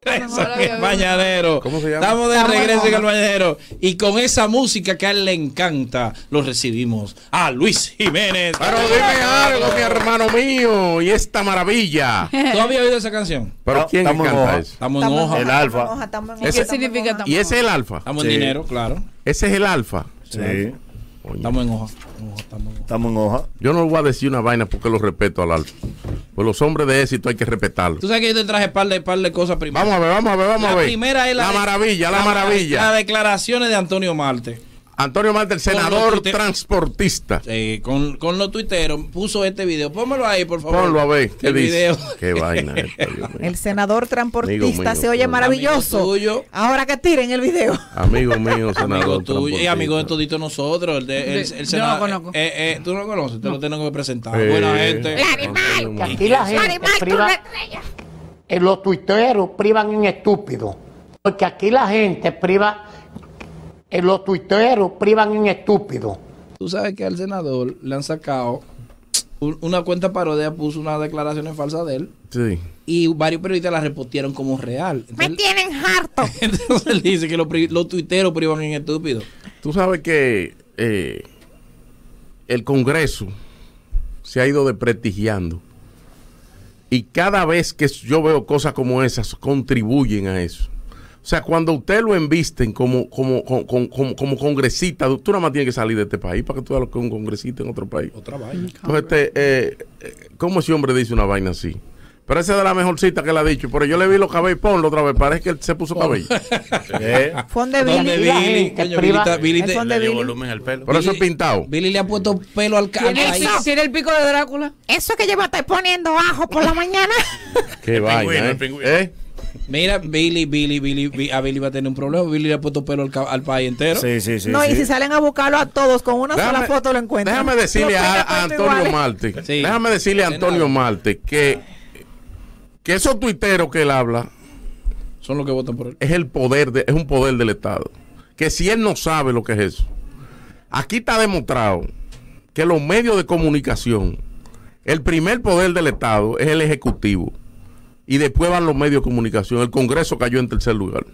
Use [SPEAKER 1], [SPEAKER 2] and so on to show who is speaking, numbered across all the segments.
[SPEAKER 1] Eso que es bañadero.
[SPEAKER 2] ¿Cómo se llama?
[SPEAKER 1] Estamos de regreso en el bañadero. Y con esa música que a él le encanta, lo recibimos a Luis Jiménez.
[SPEAKER 2] Pero dime algo, mi hermano mío, y esta maravilla.
[SPEAKER 1] ¿Tú habías oído esa canción?
[SPEAKER 2] ¿Pero quién
[SPEAKER 3] estamos en
[SPEAKER 2] canta
[SPEAKER 3] hoja.
[SPEAKER 2] eso?
[SPEAKER 1] Estamos en hoja.
[SPEAKER 2] El alfa. Ese- Y ese es el alfa.
[SPEAKER 1] Estamos en
[SPEAKER 3] Sí.
[SPEAKER 1] dinero, claro.
[SPEAKER 2] Ese es el alfa.
[SPEAKER 3] Sí,
[SPEAKER 1] Estamos en hoja. En hoja, estamos en hoja.
[SPEAKER 3] estamos en hoja.
[SPEAKER 2] Yo no voy a decir una vaina porque lo respeto al alfa. Pues los hombres de éxito hay que respetarlos.
[SPEAKER 1] Tú sabes que yo te traje par de, par de cosas primero.
[SPEAKER 2] Vamos a ver, vamos a ver, vamos
[SPEAKER 1] la
[SPEAKER 2] a ver.
[SPEAKER 1] primera es la,
[SPEAKER 2] La
[SPEAKER 1] de-
[SPEAKER 2] maravilla, la
[SPEAKER 1] mara-
[SPEAKER 2] maravilla.
[SPEAKER 1] Las declaraciones de Antonio Marte.
[SPEAKER 2] Antonio Marte, el
[SPEAKER 1] Con
[SPEAKER 2] senador
[SPEAKER 1] los tute-
[SPEAKER 2] transportista.
[SPEAKER 1] Eh, con, con los tuiteros puso este video. Pónmelo ahí, por favor.
[SPEAKER 2] Ponlo a ver, ¿qué
[SPEAKER 1] El
[SPEAKER 2] dice?
[SPEAKER 1] video.
[SPEAKER 2] Qué vaina. esta, Dios mío.
[SPEAKER 4] El senador
[SPEAKER 2] Amigo mío,
[SPEAKER 4] transportista se oye
[SPEAKER 2] amigo
[SPEAKER 4] maravilloso.
[SPEAKER 1] tuyo.
[SPEAKER 4] Ahora que tiren el video.
[SPEAKER 2] Amigo mío, senador.
[SPEAKER 1] Amigo tuyo y
[SPEAKER 2] transportista.
[SPEAKER 1] amigo de toditos nosotros. El de, el,
[SPEAKER 5] De-
[SPEAKER 1] el
[SPEAKER 5] yo
[SPEAKER 1] senador-
[SPEAKER 5] no conozco.
[SPEAKER 1] eh, eh, tú no lo conoces, te lo tengo que presentar.
[SPEAKER 2] Eh,
[SPEAKER 1] Buena gente.
[SPEAKER 2] Antonio Marte.
[SPEAKER 6] Aquí la gente priva- eh, los tuiteros privan en estúpido. Porque aquí la gente priva. eh, los tuiteros privan en estúpido.
[SPEAKER 1] Tú sabes que al senador le han sacado un- una cuenta parodia, puso unas declaraciones falsas de él
[SPEAKER 2] Sí.
[SPEAKER 1] y varios periodistas la repostearon como real. Entonces,
[SPEAKER 4] tienen harto.
[SPEAKER 1] entonces él dice que los, pri- los tuiteros privan en estúpido.
[SPEAKER 2] Tú sabes que eh, el Congreso se ha ido desprestigiando. Y cada vez que yo veo cosas como esas, contribuyen a eso. O sea, cuando usted lo embisten como, como, como, como- como- como congresista, tú nada más tienes que salir de este país para que tú veas lo que es un congresista en otro país.
[SPEAKER 1] Otra vaina.
[SPEAKER 2] Entonces, este, eh, eh, ¿cómo ese hombre dice una vaina así? Pero esa es de la mejor cita que le ha dicho. Pero yo le vi los cabellos, ponlo otra vez, parece que él se puso cabello.
[SPEAKER 3] Eh,
[SPEAKER 4] Fonde
[SPEAKER 1] ¿Dónde
[SPEAKER 4] Billy.
[SPEAKER 6] la
[SPEAKER 1] Billy?
[SPEAKER 6] gente
[SPEAKER 1] Coño, Billy,
[SPEAKER 6] priva-
[SPEAKER 1] está- Billy te-
[SPEAKER 4] Fonde Billy.
[SPEAKER 3] al pelo.
[SPEAKER 2] Por eso es pintado.
[SPEAKER 1] Billy le ha puesto pelo al ca- al
[SPEAKER 5] ¿Tiene el,
[SPEAKER 1] país.
[SPEAKER 5] pico, tiene el pico de Drácula.
[SPEAKER 4] Eso que yo me estoy poniendo ajo por la mañana.
[SPEAKER 2] Qué
[SPEAKER 3] pingüino,
[SPEAKER 2] vaina.
[SPEAKER 3] el
[SPEAKER 2] ¿eh?
[SPEAKER 3] pingüino.
[SPEAKER 2] ¿Eh?
[SPEAKER 1] Mira, Billy, Billy, Billy, Bi- a Billy va a tener un problema. Billy le ha puesto pelo al, ca- al país entero.
[SPEAKER 3] Sí, sí, sí.
[SPEAKER 4] no,
[SPEAKER 3] sí.
[SPEAKER 4] y si salen a buscarlo a todos con una sola foto lo encuentran.
[SPEAKER 2] déjame decirle
[SPEAKER 4] Los
[SPEAKER 2] a,
[SPEAKER 4] peina
[SPEAKER 2] a
[SPEAKER 4] todos
[SPEAKER 2] Antonio
[SPEAKER 4] iguales.
[SPEAKER 2] Marte.
[SPEAKER 1] Sí.
[SPEAKER 2] Déjame decirle a
[SPEAKER 1] De
[SPEAKER 2] Antonio
[SPEAKER 1] nada.
[SPEAKER 2] Marte que, que esos tuiteros que él habla
[SPEAKER 1] Son los que votan por él.
[SPEAKER 2] es el poder de, es un poder del Estado. Que si él no sabe lo que es eso. Aquí está demostrado que los medios de comunicación, el primer poder del Estado es el Ejecutivo. Y después van los medios de comunicación. El Congreso cayó en tercer lugar.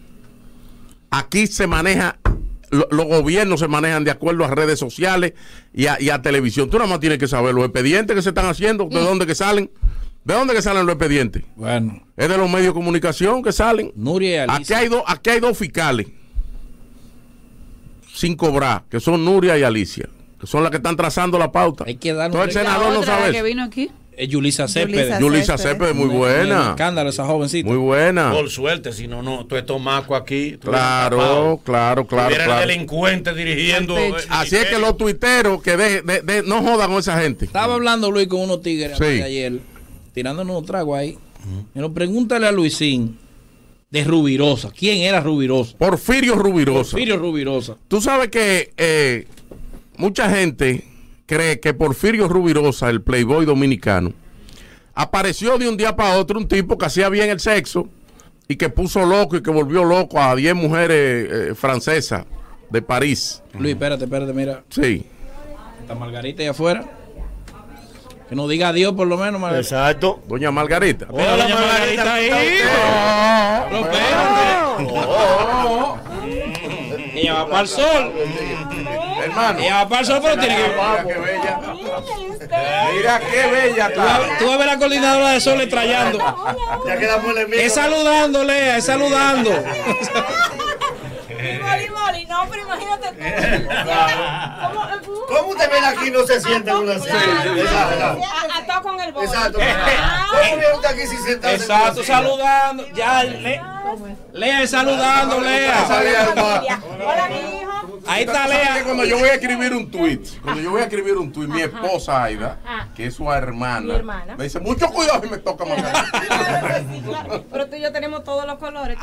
[SPEAKER 2] Aquí se maneja, lo- los gobiernos se manejan de acuerdo a redes sociales y a, y a televisión. Tú nada más tienes que saber los expedientes que se están haciendo, de dónde que salen. ¿De dónde que salen los expedientes?
[SPEAKER 1] Bueno,
[SPEAKER 2] Es de los medios de comunicación que salen.
[SPEAKER 1] Nuria y
[SPEAKER 2] Aquí
[SPEAKER 1] Alicia.
[SPEAKER 2] hay, dos, aquí hay dos fiscales sin cobrar, que son Nuria y Alicia, que son las que están trazando la pauta.
[SPEAKER 1] Hay que dar un
[SPEAKER 2] Todo el
[SPEAKER 1] regalo.
[SPEAKER 2] senador no
[SPEAKER 5] Otra, la que
[SPEAKER 2] sabe. eso.
[SPEAKER 5] vino aquí.
[SPEAKER 1] Es Yulisa Cepeda.
[SPEAKER 2] Yulisa
[SPEAKER 4] Céspedes.
[SPEAKER 2] Cepeda es muy
[SPEAKER 1] Un
[SPEAKER 2] buena.
[SPEAKER 1] escándalo esa jovencita.
[SPEAKER 2] Muy buena.
[SPEAKER 3] Por suerte, si no, no. Tú estos macos aquí. tú
[SPEAKER 2] Claro,
[SPEAKER 3] eres
[SPEAKER 2] claro,
[SPEAKER 3] tapado.
[SPEAKER 2] claro,
[SPEAKER 3] Hubiera
[SPEAKER 2] claro.
[SPEAKER 3] delincuentes dirigiendo.
[SPEAKER 5] Al
[SPEAKER 3] eh,
[SPEAKER 2] Así es que los tuiteros que de- de- de- no jodan con esa gente.
[SPEAKER 1] Estaba hablando Luis con unos tigres
[SPEAKER 2] Sí.
[SPEAKER 1] ayer, tirándonos un trago ahí. Pero pregúntale a Luisín de Rubirosa. ¿Quién era Rubirosa?
[SPEAKER 2] Porfirio Rubirosa.
[SPEAKER 1] Porfirio Rubirosa.
[SPEAKER 2] Tú sabes que eh, mucha gente cree que Porfirio Rubirosa, el playboy dominicano, apareció de un día para otro un tipo que hacía bien el sexo y que puso loco y que volvió loco a 10 mujeres eh, francesas de París.
[SPEAKER 1] Luis, espérate, espérate, mira.
[SPEAKER 2] Sí.
[SPEAKER 1] Está Margarita ahí afuera. Que nos diga adiós por lo menos, Margarita.
[SPEAKER 2] Exacto. Doña Margarita.
[SPEAKER 3] Oh.
[SPEAKER 1] Hola, Doña Margarita ahí. No, espérate. Ella va para el sol.
[SPEAKER 2] Hermano.
[SPEAKER 1] Ella va para el sol, pero tiene que
[SPEAKER 2] Mira qué bella
[SPEAKER 1] Tú vas- Tú vas a ver la coordinadora de sol trayando.
[SPEAKER 3] Ya quedamos en el mismo.
[SPEAKER 1] Es saludándole, es saludando.
[SPEAKER 7] Moli, Moli, no, pero imagínate tú.
[SPEAKER 3] ¿Cómo usted ven aquí y no se sienta en una silla? Exacto.
[SPEAKER 7] A- atado con el bol.
[SPEAKER 3] Exacto. ¿Cómo viene usted aquí si sentado?
[SPEAKER 1] Exacto, saludando. Ya, le, Lea, saludando, Lea. Ahí está
[SPEAKER 2] ¿Sabes
[SPEAKER 1] Lea.
[SPEAKER 2] qué? Cuando yo voy a escribir un tweet, cuando yo voy a escribir un tweet, mi esposa Aida, que es su hermana,
[SPEAKER 7] Mi hermana.
[SPEAKER 2] me dice, mucho cuidado si me toca Margarita.
[SPEAKER 7] Pero tú y yo
[SPEAKER 3] eh,
[SPEAKER 7] tenemos todos los colores.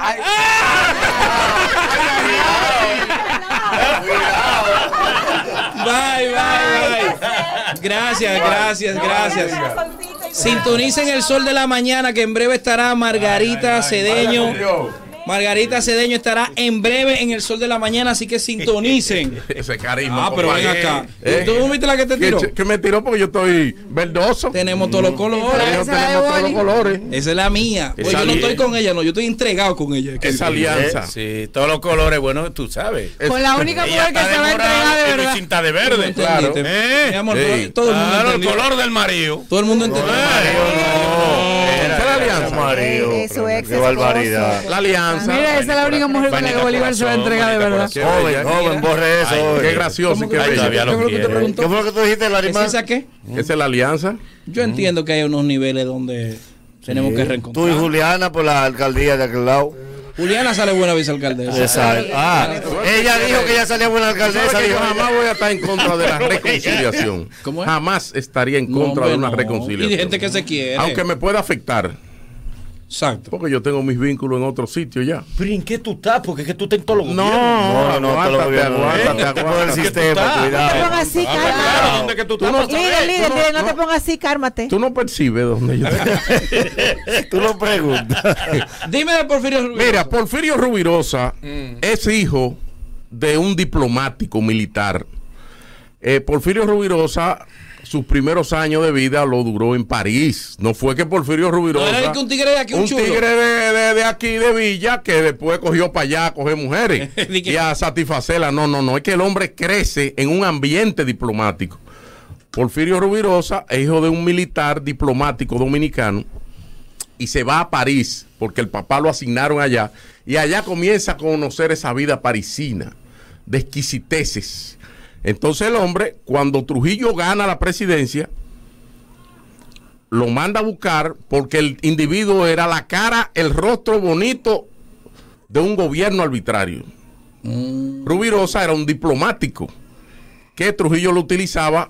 [SPEAKER 1] Bye, bye, bye. Gracias, gracias, gracias. Sintonicen el sol de la mañana que en breve estará Margarita Cedeño. Margarita Cedeño estará en breve en el sol de la mañana, así que sintonicen.
[SPEAKER 2] Ese carisma.
[SPEAKER 1] Ah,
[SPEAKER 3] pues,
[SPEAKER 1] pero ven
[SPEAKER 2] compadre.
[SPEAKER 1] acá.
[SPEAKER 2] Eh,
[SPEAKER 1] ¿Tú viste la que te
[SPEAKER 2] que
[SPEAKER 1] tiró?
[SPEAKER 2] ch- Que me tiró porque yo estoy verdoso.
[SPEAKER 1] Tenemos todos
[SPEAKER 3] Mm.
[SPEAKER 1] los colores.
[SPEAKER 2] Tenemos todos los colores.
[SPEAKER 1] Esa es la mía.
[SPEAKER 2] Esa
[SPEAKER 1] Oye, yo no
[SPEAKER 2] alianza.
[SPEAKER 1] estoy con ella, no, yo estoy entregado con ella.
[SPEAKER 2] Esa Eh, alianza.
[SPEAKER 3] eh, Sí, todos los colores, bueno, tú sabes.
[SPEAKER 1] Con la única
[SPEAKER 3] Ella
[SPEAKER 1] mujer que
[SPEAKER 3] está
[SPEAKER 1] se va a
[SPEAKER 3] enamorada
[SPEAKER 1] entregar de
[SPEAKER 3] y tú
[SPEAKER 1] verdad.
[SPEAKER 3] cinta de
[SPEAKER 1] Tú me
[SPEAKER 3] verde.
[SPEAKER 1] entendiste.
[SPEAKER 3] ¿Eh?
[SPEAKER 1] Mi amor,
[SPEAKER 3] Sí.
[SPEAKER 1] todo- todo el mundo
[SPEAKER 3] Claro, el
[SPEAKER 1] entendió.
[SPEAKER 3] color del marido.
[SPEAKER 1] Todo el mundo entendió.
[SPEAKER 2] la alianza.
[SPEAKER 4] Eh, su ex
[SPEAKER 3] Qué
[SPEAKER 4] esposo.
[SPEAKER 3] barbaridad.
[SPEAKER 2] La alianza.
[SPEAKER 4] Mira, esa es la única mujer con la que Bolívar se va a entregar de verdad.
[SPEAKER 3] Joven, joven, borre eso.
[SPEAKER 2] Ay, qué
[SPEAKER 3] joven.
[SPEAKER 2] gracioso y qué
[SPEAKER 3] Ay, todavía lo
[SPEAKER 2] bello.
[SPEAKER 3] quiere.
[SPEAKER 1] ¿Qué fue lo que tú dijiste, Larimar? ¿Esa qué?
[SPEAKER 2] Esa es la alianza.
[SPEAKER 1] Yo entiendo que hay unos niveles donde tenemos que reencontrar.
[SPEAKER 8] Tú y Juliana por la alcaldía de aquel lado.
[SPEAKER 1] Juliana sale buena vicealcaldesa.
[SPEAKER 8] Exacto. Ah, ella dijo que ya salía buena
[SPEAKER 2] ¿Sabes
[SPEAKER 8] alcaldesa.
[SPEAKER 2] que
[SPEAKER 8] dijo
[SPEAKER 2] yo
[SPEAKER 8] ella.
[SPEAKER 2] jamás voy a estar en contra de la reconciliación.
[SPEAKER 1] ¿Cómo es?
[SPEAKER 2] Jamás estaría en contra de una
[SPEAKER 1] Y de
[SPEAKER 2] reconciliación.
[SPEAKER 1] gente que se quiere.
[SPEAKER 2] Aunque me pueda afectar.
[SPEAKER 1] Exacto.
[SPEAKER 2] Porque yo tengo mis vínculos en otro sitio ya.
[SPEAKER 3] Pero ¿en qué tú estás? Porque es que tú estás en todos los
[SPEAKER 2] No,
[SPEAKER 3] gobiernos.
[SPEAKER 2] no, no, todos los gobiernos.
[SPEAKER 3] aguántate,
[SPEAKER 2] Eh,
[SPEAKER 3] aguántate.
[SPEAKER 2] por el
[SPEAKER 3] ¿En qué tú
[SPEAKER 2] sistema,
[SPEAKER 3] estás?
[SPEAKER 2] cuidado.
[SPEAKER 4] No te pongas así,
[SPEAKER 2] Habla
[SPEAKER 4] cálmate.
[SPEAKER 2] claro, ¿dónde que tú estás? Por saber.
[SPEAKER 4] Líder, líder,
[SPEAKER 2] Tú
[SPEAKER 4] líder, no te pongas así, cálmate.
[SPEAKER 2] Tú no percibes dónde yo Tú lo preguntas.
[SPEAKER 1] Dime de Porfirio Rubirosa. Mm.
[SPEAKER 2] Mira, Porfirio Rubirosa es hijo de un diplomático militar. Eh, Porfirio Rubirosa, sus primeros años de vida lo duró en París. No fue que Porfirio
[SPEAKER 1] No
[SPEAKER 2] Rubirosa.
[SPEAKER 1] era que un tigre de aquí, un,
[SPEAKER 2] un
[SPEAKER 1] chulo.
[SPEAKER 2] tigre de, de- de aquí de Villa que después cogió para allá a coger mujeres y a satisfacerlas. No, no, no. Es que el hombre crece en un ambiente diplomático. Porfirio Rubirosa es hijo de un militar diplomático dominicano y se va a París porque el papá lo asignaron allá y allá comienza a conocer esa vida parisina de exquisiteces. Entonces el hombre, cuando Trujillo gana la presidencia, lo manda a buscar porque el individuo era la cara, el rostro bonito de un gobierno arbitrario. Rubirosa era un diplomático que Trujillo lo utilizaba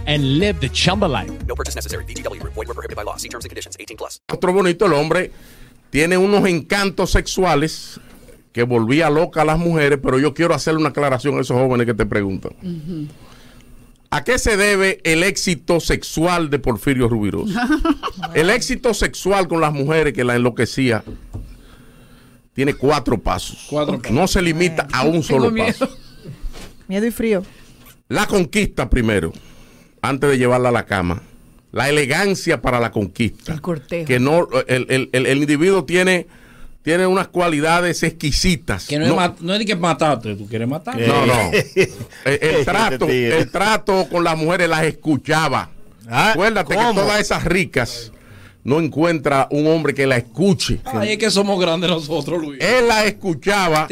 [SPEAKER 9] and live the Chumba life.
[SPEAKER 10] No purchase necessary. VGW Group. Void were prohibited by law. See terms and conditions. 18 plus.
[SPEAKER 2] rostro bonito, el hombre tiene unos encantos sexuales que volvía loca a las mujeres, pero yo quiero hacerle una aclaración a esos jóvenes que te preguntan. ¿A qué se debe el éxito sexual de Porfirio Rubirosa? El éxito sexual con las mujeres que la enloquecía tiene cuatro pasos. No se limita a un solo paso.
[SPEAKER 4] Miedo y frío.
[SPEAKER 2] La conquista primero, antes de llevarla a la cama. La elegancia para la conquista.
[SPEAKER 4] El cortejo.
[SPEAKER 2] Que no, el, el- el- el individuo tiene, tiene unas cualidades exquisitas.
[SPEAKER 1] Que no, Es, ma- no es de que matarte, tú quieres matar.
[SPEAKER 2] No, no. El, el trato, el trato con las mujeres las escuchaba. Acuérdate que todas esas ricas no encuentra un hombre que la escuche.
[SPEAKER 1] Ay, es que somos grandes nosotros, Luis.
[SPEAKER 2] Él la escuchaba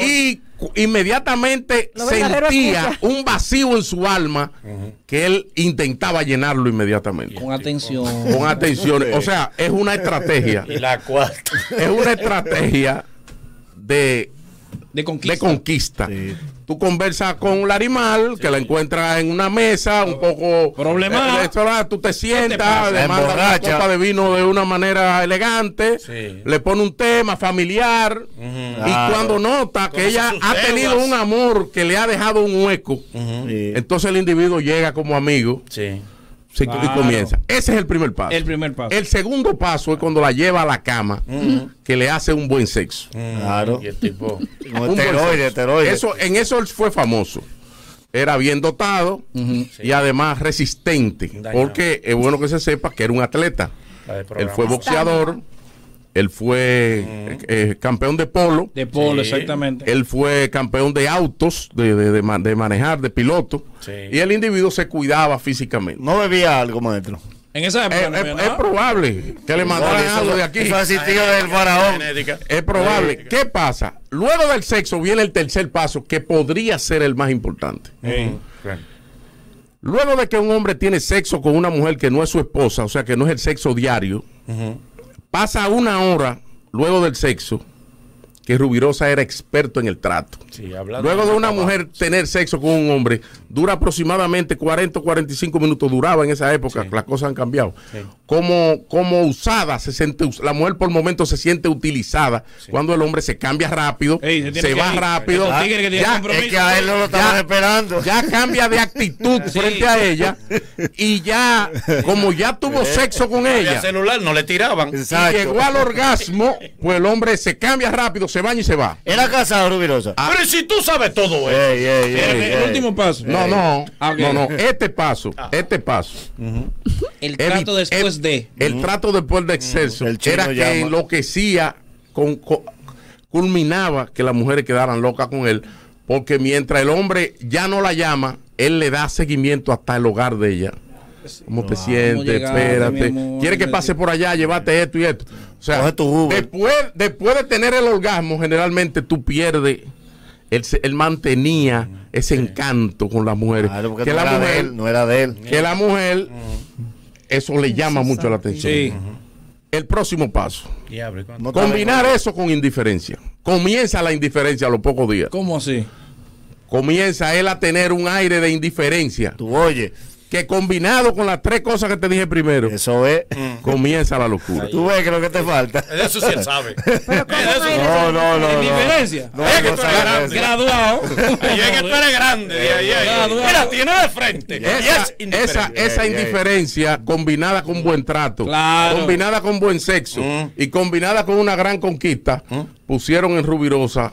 [SPEAKER 2] y cu- inmediatamente
[SPEAKER 1] Lo verdadero
[SPEAKER 2] sentía
[SPEAKER 1] escucha.
[SPEAKER 2] un vacío en su alma que él intentaba llenarlo inmediatamente.
[SPEAKER 1] Con atención.
[SPEAKER 2] Con atención. O sea, es una estrategia.
[SPEAKER 3] Y la cuarta.
[SPEAKER 2] Es una estrategia de, de conquista. Tú conversas con Larimal, que la encuentras en una mesa, un poco
[SPEAKER 1] Problemada.
[SPEAKER 2] Eh, eso la- tú te sientas,
[SPEAKER 1] pasa?
[SPEAKER 2] le mandas una
[SPEAKER 1] Emborracha.
[SPEAKER 2] copa de vino de una manera elegante,
[SPEAKER 1] Sí.
[SPEAKER 2] le pone un tema familiar, y
[SPEAKER 1] Claro.
[SPEAKER 2] cuando nota que
[SPEAKER 1] Conoce
[SPEAKER 2] ella
[SPEAKER 1] sus
[SPEAKER 2] ha
[SPEAKER 1] deudas.
[SPEAKER 2] tenido un amor que le ha dejado un hueco, entonces el individuo llega como amigo se- y
[SPEAKER 1] Claro.
[SPEAKER 2] comienza. Ese es el primer paso.
[SPEAKER 1] El primer paso.
[SPEAKER 2] El segundo paso es cuando la lleva a la cama, que le hace un buen sexo.
[SPEAKER 8] Claro.
[SPEAKER 2] Y el tipo.
[SPEAKER 8] Un esteroide, esteroide.
[SPEAKER 2] Eso, en eso él fue famoso. Era bien dotado y además resistente. Porque es bueno que se sepa que era un atleta.
[SPEAKER 3] La del
[SPEAKER 2] Él
[SPEAKER 3] programa.
[SPEAKER 2] fue boxeador. Él fue eh, eh, campeón de polo.
[SPEAKER 1] De polo, Sí. exactamente.
[SPEAKER 2] Él fue campeón de autos, de, de- de ma- de manejar, de piloto. Y el individuo se cuidaba
[SPEAKER 3] Mm.
[SPEAKER 2] físicamente. Eh,
[SPEAKER 8] No bebía algo, maestro.
[SPEAKER 1] En esa época no había
[SPEAKER 2] Es
[SPEAKER 1] nada.
[SPEAKER 2] probable que le mandaran
[SPEAKER 8] eso-
[SPEAKER 2] algo de aquí.
[SPEAKER 8] eso ha existido desde el faraón.
[SPEAKER 2] Es probable. ¿Qué pasa? Luego del sexo viene el tercer paso que podría ser el más importante. Luego de que un hombre tiene sexo con una mujer que no es su esposa, o sea que no es el sexo diario, pasa una hora luego del sexo que Rubirosa era experto en el trato.
[SPEAKER 3] Sí, hablando
[SPEAKER 2] Luego de una mujer tener sexo con un hombre, dura aproximadamente 40 o 45 minutos, duraba en esa época, las cosas han cambiado. Como, como usada, se siente, us- la mujer por momentos se siente utilizada cuando el hombre se cambia rápido,
[SPEAKER 1] Ey, se
[SPEAKER 2] se,
[SPEAKER 1] tiene que
[SPEAKER 2] va
[SPEAKER 1] ir.
[SPEAKER 2] rápido,
[SPEAKER 1] Estos tigres que tienen compromiso.
[SPEAKER 2] es que a él no lo estaban esperando. Ya cambia de actitud frente a ella y ya, como ya
[SPEAKER 3] Eh.
[SPEAKER 2] tuvo sexo con
[SPEAKER 3] El
[SPEAKER 2] ella,
[SPEAKER 3] celular no le tiraban.
[SPEAKER 2] y llegó al orgasmo, pues el hombre se cambia rápido, se baña y se va.
[SPEAKER 8] Era casado, Rubirosa.
[SPEAKER 3] Pero si tú sabes todo eso.
[SPEAKER 8] Ey, ey, ey,
[SPEAKER 3] Espérate,
[SPEAKER 8] ey.
[SPEAKER 1] último paso.
[SPEAKER 2] eh, No, no,
[SPEAKER 1] Ah, ok.
[SPEAKER 2] no, no. Este paso, este paso.
[SPEAKER 1] El trato después de.
[SPEAKER 2] El trato después de exceso
[SPEAKER 8] Mm. chino
[SPEAKER 2] era que
[SPEAKER 8] llama.
[SPEAKER 2] enloquecía, con, co- culminaba que las mujeres quedaran locas con él, porque mientras el hombre ya no la llama, él le da seguimiento hasta el hogar de ella.
[SPEAKER 1] Pues
[SPEAKER 2] ¿Cómo te sientes?
[SPEAKER 1] llegaste, mi
[SPEAKER 2] Espérate.
[SPEAKER 1] amor?
[SPEAKER 2] ¿Quieres que pase por allá? Llévate esto y esto. O sea, después, después de tener el orgasmo, generalmente tú pierdes. Él, se- él mantenía ese encanto con las mujeres.
[SPEAKER 8] porque
[SPEAKER 2] que
[SPEAKER 8] no
[SPEAKER 2] la
[SPEAKER 8] era de
[SPEAKER 2] mujer
[SPEAKER 8] él, no era de él.
[SPEAKER 2] que la mujer, eso le llama mucho la atención. El próximo paso,
[SPEAKER 3] Diablo, ¿y cuánto?
[SPEAKER 8] No
[SPEAKER 2] combinar eso con indiferencia. Comienza la indiferencia a los pocos días.
[SPEAKER 1] ¿Cómo así?
[SPEAKER 2] Comienza él a tener un aire de indiferencia. Tú oye. Que combinado con las tres cosas que te dije primero, eso es, comienza la locura.
[SPEAKER 8] Tú ves que lo que te falta.
[SPEAKER 3] De Mm. eso sí él sabe.
[SPEAKER 8] No, no, no. no.
[SPEAKER 1] Indiferencia.
[SPEAKER 8] No, no sabe eso.
[SPEAKER 1] Graduado.
[SPEAKER 3] Ahí es que tú eres grande. de ahí, ahí. Mira, tiene de frente. Y
[SPEAKER 2] Esa,
[SPEAKER 3] es
[SPEAKER 2] esa,
[SPEAKER 3] indiferente.
[SPEAKER 2] esa indiferencia combinada con buen trato,
[SPEAKER 3] Claro.
[SPEAKER 2] combinada con buen sexo
[SPEAKER 8] Mm.
[SPEAKER 2] y combinada con una gran conquista, pusieron en Rubirosa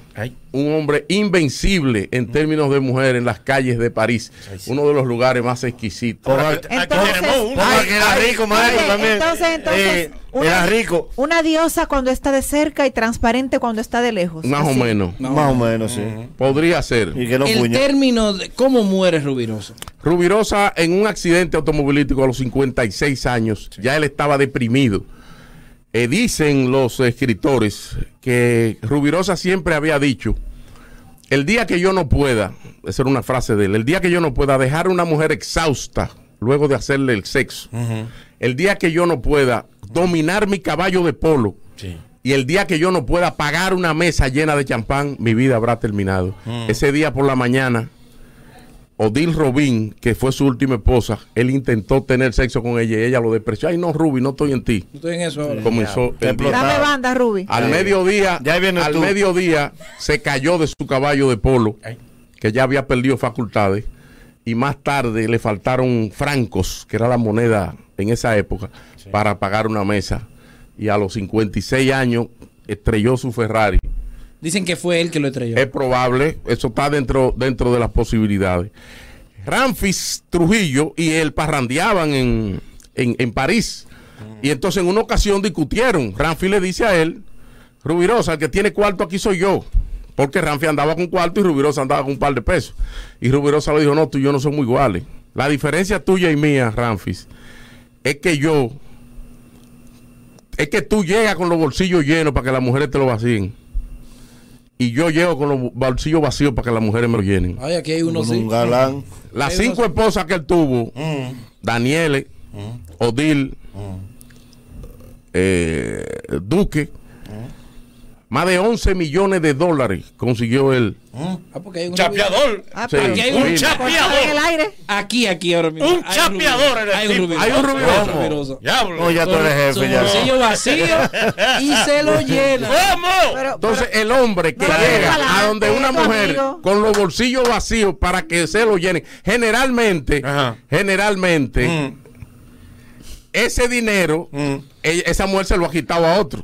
[SPEAKER 2] un hombre invencible
[SPEAKER 8] Mm.
[SPEAKER 2] en términos de mujer en las calles de París, uno de los lugares más exquisitos.
[SPEAKER 4] Entonces,
[SPEAKER 8] Porque era rico, maestro,
[SPEAKER 4] Oye,
[SPEAKER 8] también.
[SPEAKER 4] Entonces, entonces.
[SPEAKER 8] Eh, era rico.
[SPEAKER 4] Una diosa cuando está de cerca y transparente cuando está de lejos.
[SPEAKER 2] Más o
[SPEAKER 4] Así.
[SPEAKER 2] menos.
[SPEAKER 8] Más o menos, sí.
[SPEAKER 2] Podría ser. Y que
[SPEAKER 1] el término de cómo muere Rubirosa.
[SPEAKER 2] Rubirosa en un accidente automovilístico a los 56 años, ya él estaba deprimido. Eh, dicen los escritores que Rubirosa siempre había dicho, el día que yo no pueda, esa era una frase de él, el día que yo no pueda dejar a una mujer exhausta luego de hacerle el sexo, el día que yo no pueda dominar mi caballo de polo, y el día que yo no pueda pagar una mesa llena de champán, mi vida habrá terminado. Ese día por la mañana Odil Robin, que fue su última esposa, él intentó tener sexo con ella y ella lo despreció. Ay, no, Ruby, no estoy en ti.
[SPEAKER 1] Estoy en eso ahora.
[SPEAKER 2] Comenzó el
[SPEAKER 4] Dame banda, Ruby.
[SPEAKER 2] Al mediodía, al
[SPEAKER 4] tú.
[SPEAKER 2] mediodía se cayó de su caballo de polo, que ya había perdido facultades, y más tarde le faltaron francos, que era la moneda en esa época, para pagar una mesa. Y a los 56 años estrelló su Ferrari.
[SPEAKER 1] Dicen que fue él que lo estrelló.
[SPEAKER 2] Es probable, eso está dentro, dentro de las posibilidades. Ramfis Trujillo y él parrandeaban en, en- en París. Y entonces en una ocasión discutieron. Ramfis le dice a él, Rubirosa, el que tiene cuarto aquí soy yo. Porque Ramfis andaba con cuarto y Rubirosa andaba con un par de pesos. Y Rubirosa le dijo, no, tú y yo no somos iguales. La diferencia tuya y mía, Ramfis, es que yo, es que tú llegas con los bolsillos llenos para que las mujeres te lo vacíen. Y yo llego con los bolsillos vacíos para que las mujeres me lo llenen.
[SPEAKER 1] Ay, aquí hay uno sí.
[SPEAKER 2] Las
[SPEAKER 1] Hay
[SPEAKER 2] cinco esposas que él tuvo, Daniele, Odil, eh, Duque, más de 11 millones de dólares consiguió él.
[SPEAKER 1] Ah, porque hay un
[SPEAKER 3] Chapeador.
[SPEAKER 2] Ah, pero
[SPEAKER 1] Aquí hay
[SPEAKER 2] un
[SPEAKER 1] un
[SPEAKER 2] chapeador.
[SPEAKER 1] en el aire. Aquí, aquí ahora mismo.
[SPEAKER 3] Un
[SPEAKER 1] Hay rubi-
[SPEAKER 3] chapeador en el
[SPEAKER 1] Hay un
[SPEAKER 3] tipo.
[SPEAKER 1] rubiroso.
[SPEAKER 3] Hay un rubiroso.
[SPEAKER 1] Hay un rubiroso.
[SPEAKER 3] Diablo. ya
[SPEAKER 2] tú eres
[SPEAKER 1] Su
[SPEAKER 2] jefe, ya.
[SPEAKER 1] bolsillo vacío y se lo llena.
[SPEAKER 2] Entonces el hombre que llega a donde una mujer con los bolsillos vacíos para que se lo llenen, generalmente, generalmente,
[SPEAKER 1] Mm.
[SPEAKER 2] ese dinero, e- esa mujer se lo ha quitado a otro.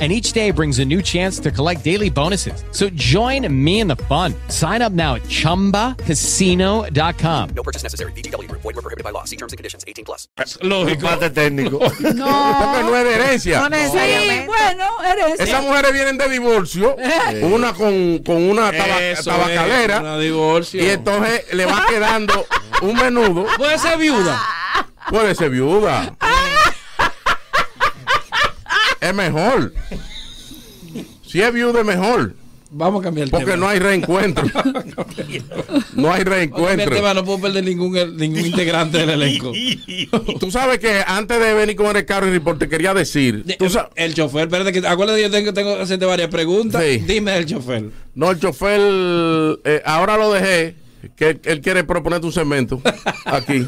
[SPEAKER 9] And each day brings a new chance to collect daily bonuses. So join me in the fun. Sign up now at chumbacasino.com.
[SPEAKER 10] No purchase necessary. VGW Group. Void were prohibited by law. See terms and conditions. 18 plus.
[SPEAKER 2] Lógico. Empate
[SPEAKER 10] No.
[SPEAKER 2] técnico. Porque no es de herencia.
[SPEAKER 10] No
[SPEAKER 4] necesariamente.
[SPEAKER 2] Sí, bueno, herencia. Esas mujeres vienen de divorcio.
[SPEAKER 4] Eh.
[SPEAKER 2] Una con, con una taba-
[SPEAKER 1] Eso
[SPEAKER 2] tabacalera.
[SPEAKER 1] es,
[SPEAKER 3] Ah,
[SPEAKER 1] una divorcio.
[SPEAKER 2] Y entonces le va quedando un menudo.
[SPEAKER 1] Puede ser viuda.
[SPEAKER 2] Puede ser viuda. es mejor. Si es viuda, es mejor.
[SPEAKER 1] Vamos a cambiar el
[SPEAKER 2] Porque
[SPEAKER 1] tema.
[SPEAKER 2] no hay reencuentro. no hay reencuentro.
[SPEAKER 1] Este, no puedo perder ningún, ningún integrante del elenco.
[SPEAKER 2] Tú sabes que antes de venir con el carro y report, te quería decir. tú sa-
[SPEAKER 1] El chofer, espérate, que, acuérdate que yo tengo, tengo que hacerte varias preguntas. Dime del chofer.
[SPEAKER 2] No, el chofer, eh, ahora lo dejé, que él, él quiere proponerte un segmento aquí.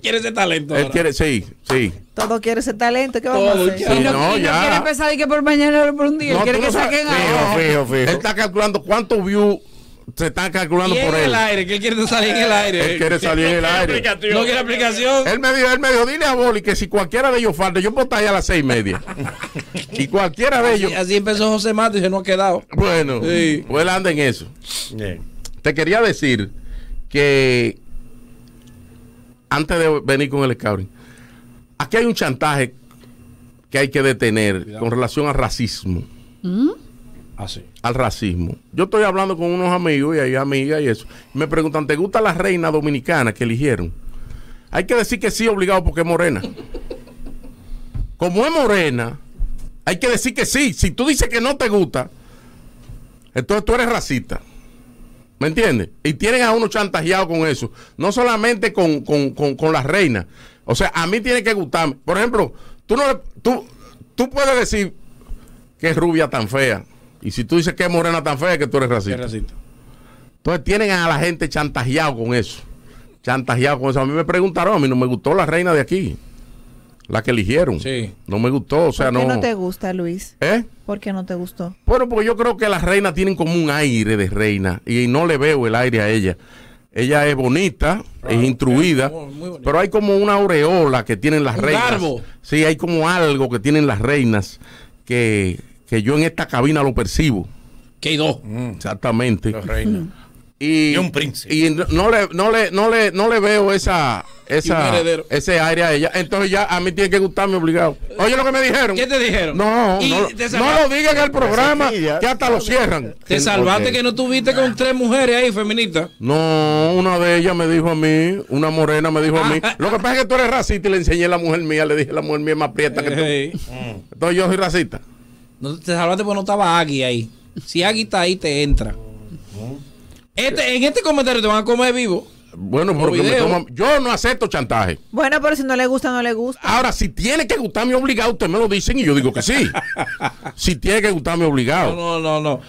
[SPEAKER 1] ¿Quieres ese talento?
[SPEAKER 2] él
[SPEAKER 1] ahora?
[SPEAKER 2] quiere, sí, sí.
[SPEAKER 4] Todo quiere ese talento. ¿Qué vamos a
[SPEAKER 2] Todo
[SPEAKER 4] hacer?
[SPEAKER 2] quiere. Sí, no, ya.
[SPEAKER 4] quiere empezar y que por mañana o por un día.
[SPEAKER 2] No,
[SPEAKER 4] quiere
[SPEAKER 2] tú
[SPEAKER 4] que
[SPEAKER 2] no sabes-
[SPEAKER 4] saquen algo.
[SPEAKER 2] Fijo, Él está calculando cuántos views se están calculando
[SPEAKER 1] Y en
[SPEAKER 2] por él.
[SPEAKER 1] el aire, que él quiere salir en el aire. Eh,
[SPEAKER 2] Él quiere salir en el
[SPEAKER 1] No quiere
[SPEAKER 2] aire.
[SPEAKER 1] aplicación. No quiere aplicación.
[SPEAKER 2] Él me dijo, él me dijo, dile a Boli que si cualquiera de ellos falta, yo puedo estar ahí a las seis y media. y cualquiera de ellos.
[SPEAKER 1] Así, así empezó José Mato y se no ha quedado.
[SPEAKER 2] Bueno,
[SPEAKER 1] Sí.
[SPEAKER 2] pues él anda en eso. Te quería decir que antes de venir con el scouting, aquí hay un chantaje que hay que detener con relación al racismo.
[SPEAKER 1] Así.
[SPEAKER 2] Al racismo. Yo estoy hablando con unos amigos y hay amigas y eso. Y me preguntan, ¿te gusta la reina dominicana que eligieron? Hay que decir que sí, obligado, porque es morena. Como es morena, hay que decir que sí. Si tú dices que no te gusta, entonces tú eres racista. ¿Me entiendes? Y tienen a uno chantajeado con eso. No solamente con, con, con, con las reinas. O sea, a mí tiene que gustarme. Por ejemplo, tú, no, le- tú, tú puedes decir que es rubia tan fea. Y si tú dices que es morena tan fea, que tú eres racista. Entonces tienen a la gente chantajeado con eso. Chantajeado con eso. A mí me preguntaron, a mí no me gustó la reina de aquí. La que eligieron. No me gustó. O sea,
[SPEAKER 4] ¿Por qué
[SPEAKER 2] no.
[SPEAKER 4] no te gusta, Luis?
[SPEAKER 2] ¿Eh?
[SPEAKER 4] ¿Por qué no te gustó?
[SPEAKER 2] Bueno, porque yo creo que las reinas tienen como un aire de reina y no le veo el aire a ella. Ella es bonita, es instruida, pero hay como una aureola que tienen las
[SPEAKER 1] Un
[SPEAKER 2] reinas.
[SPEAKER 1] garbo.
[SPEAKER 2] Sí, hay como algo que tienen las reinas que, que yo en esta cabina lo percibo.
[SPEAKER 1] Que hay dos.
[SPEAKER 2] Exactamente.
[SPEAKER 3] reinas.
[SPEAKER 2] Y, un príncipe. Y no no le, no le, no le, no le veo esa,
[SPEAKER 1] Y un
[SPEAKER 2] esa,
[SPEAKER 1] heredero.
[SPEAKER 2] ese aire a ella. Entonces ya a mí tiene que gustarme obligado. Oye lo que me dijeron.
[SPEAKER 1] ¿Qué te dijeron?
[SPEAKER 2] No,
[SPEAKER 1] Y
[SPEAKER 2] no,
[SPEAKER 1] te
[SPEAKER 2] no
[SPEAKER 1] salva-
[SPEAKER 2] lo digan en el programa que hasta lo cierran.
[SPEAKER 1] Te salvaste que no tuviste con tres mujeres ahí, feministas.
[SPEAKER 2] No, una de ellas me dijo a mí, una morena me dijo a
[SPEAKER 1] Ah.
[SPEAKER 2] mí. Lo que pasa es que tú eres racista y le enseñé a la mujer mía, le dije la mujer
[SPEAKER 1] Ah,
[SPEAKER 2] mía es más prieta que tú. Entonces yo soy racista.
[SPEAKER 1] No, te salvaste porque no estaba Agui ahí. Si Agui está ahí, te entra. Este, en este comentario te van a comer vivo.
[SPEAKER 2] Bueno, porque me
[SPEAKER 1] video.
[SPEAKER 2] toman- yo no acepto chantaje.
[SPEAKER 4] Bueno, pero si no le gusta, no le gusta.
[SPEAKER 2] Ahora, si tiene que gustarme obligado, ustedes me lo dicen y yo digo que sí. si tiene que gustarme obligado.
[SPEAKER 1] No, no, no.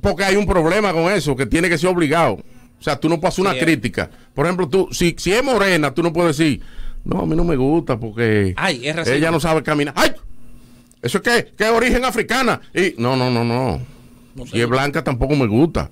[SPEAKER 2] Porque hay un problema con eso, que tiene que ser obligado. O sea, tú no puedes hacer una
[SPEAKER 1] Sí, eh.
[SPEAKER 2] crítica. Por ejemplo, tú, si, si es morena, tú no puedes decir, no, a mí no me gusta porque
[SPEAKER 1] Ay, es racismo.
[SPEAKER 2] ella no sabe caminar. ¡Ay! ¿Eso es qué? ¿Qué es origen africana? Y no, no, no, no. Si es blanca tampoco me gusta.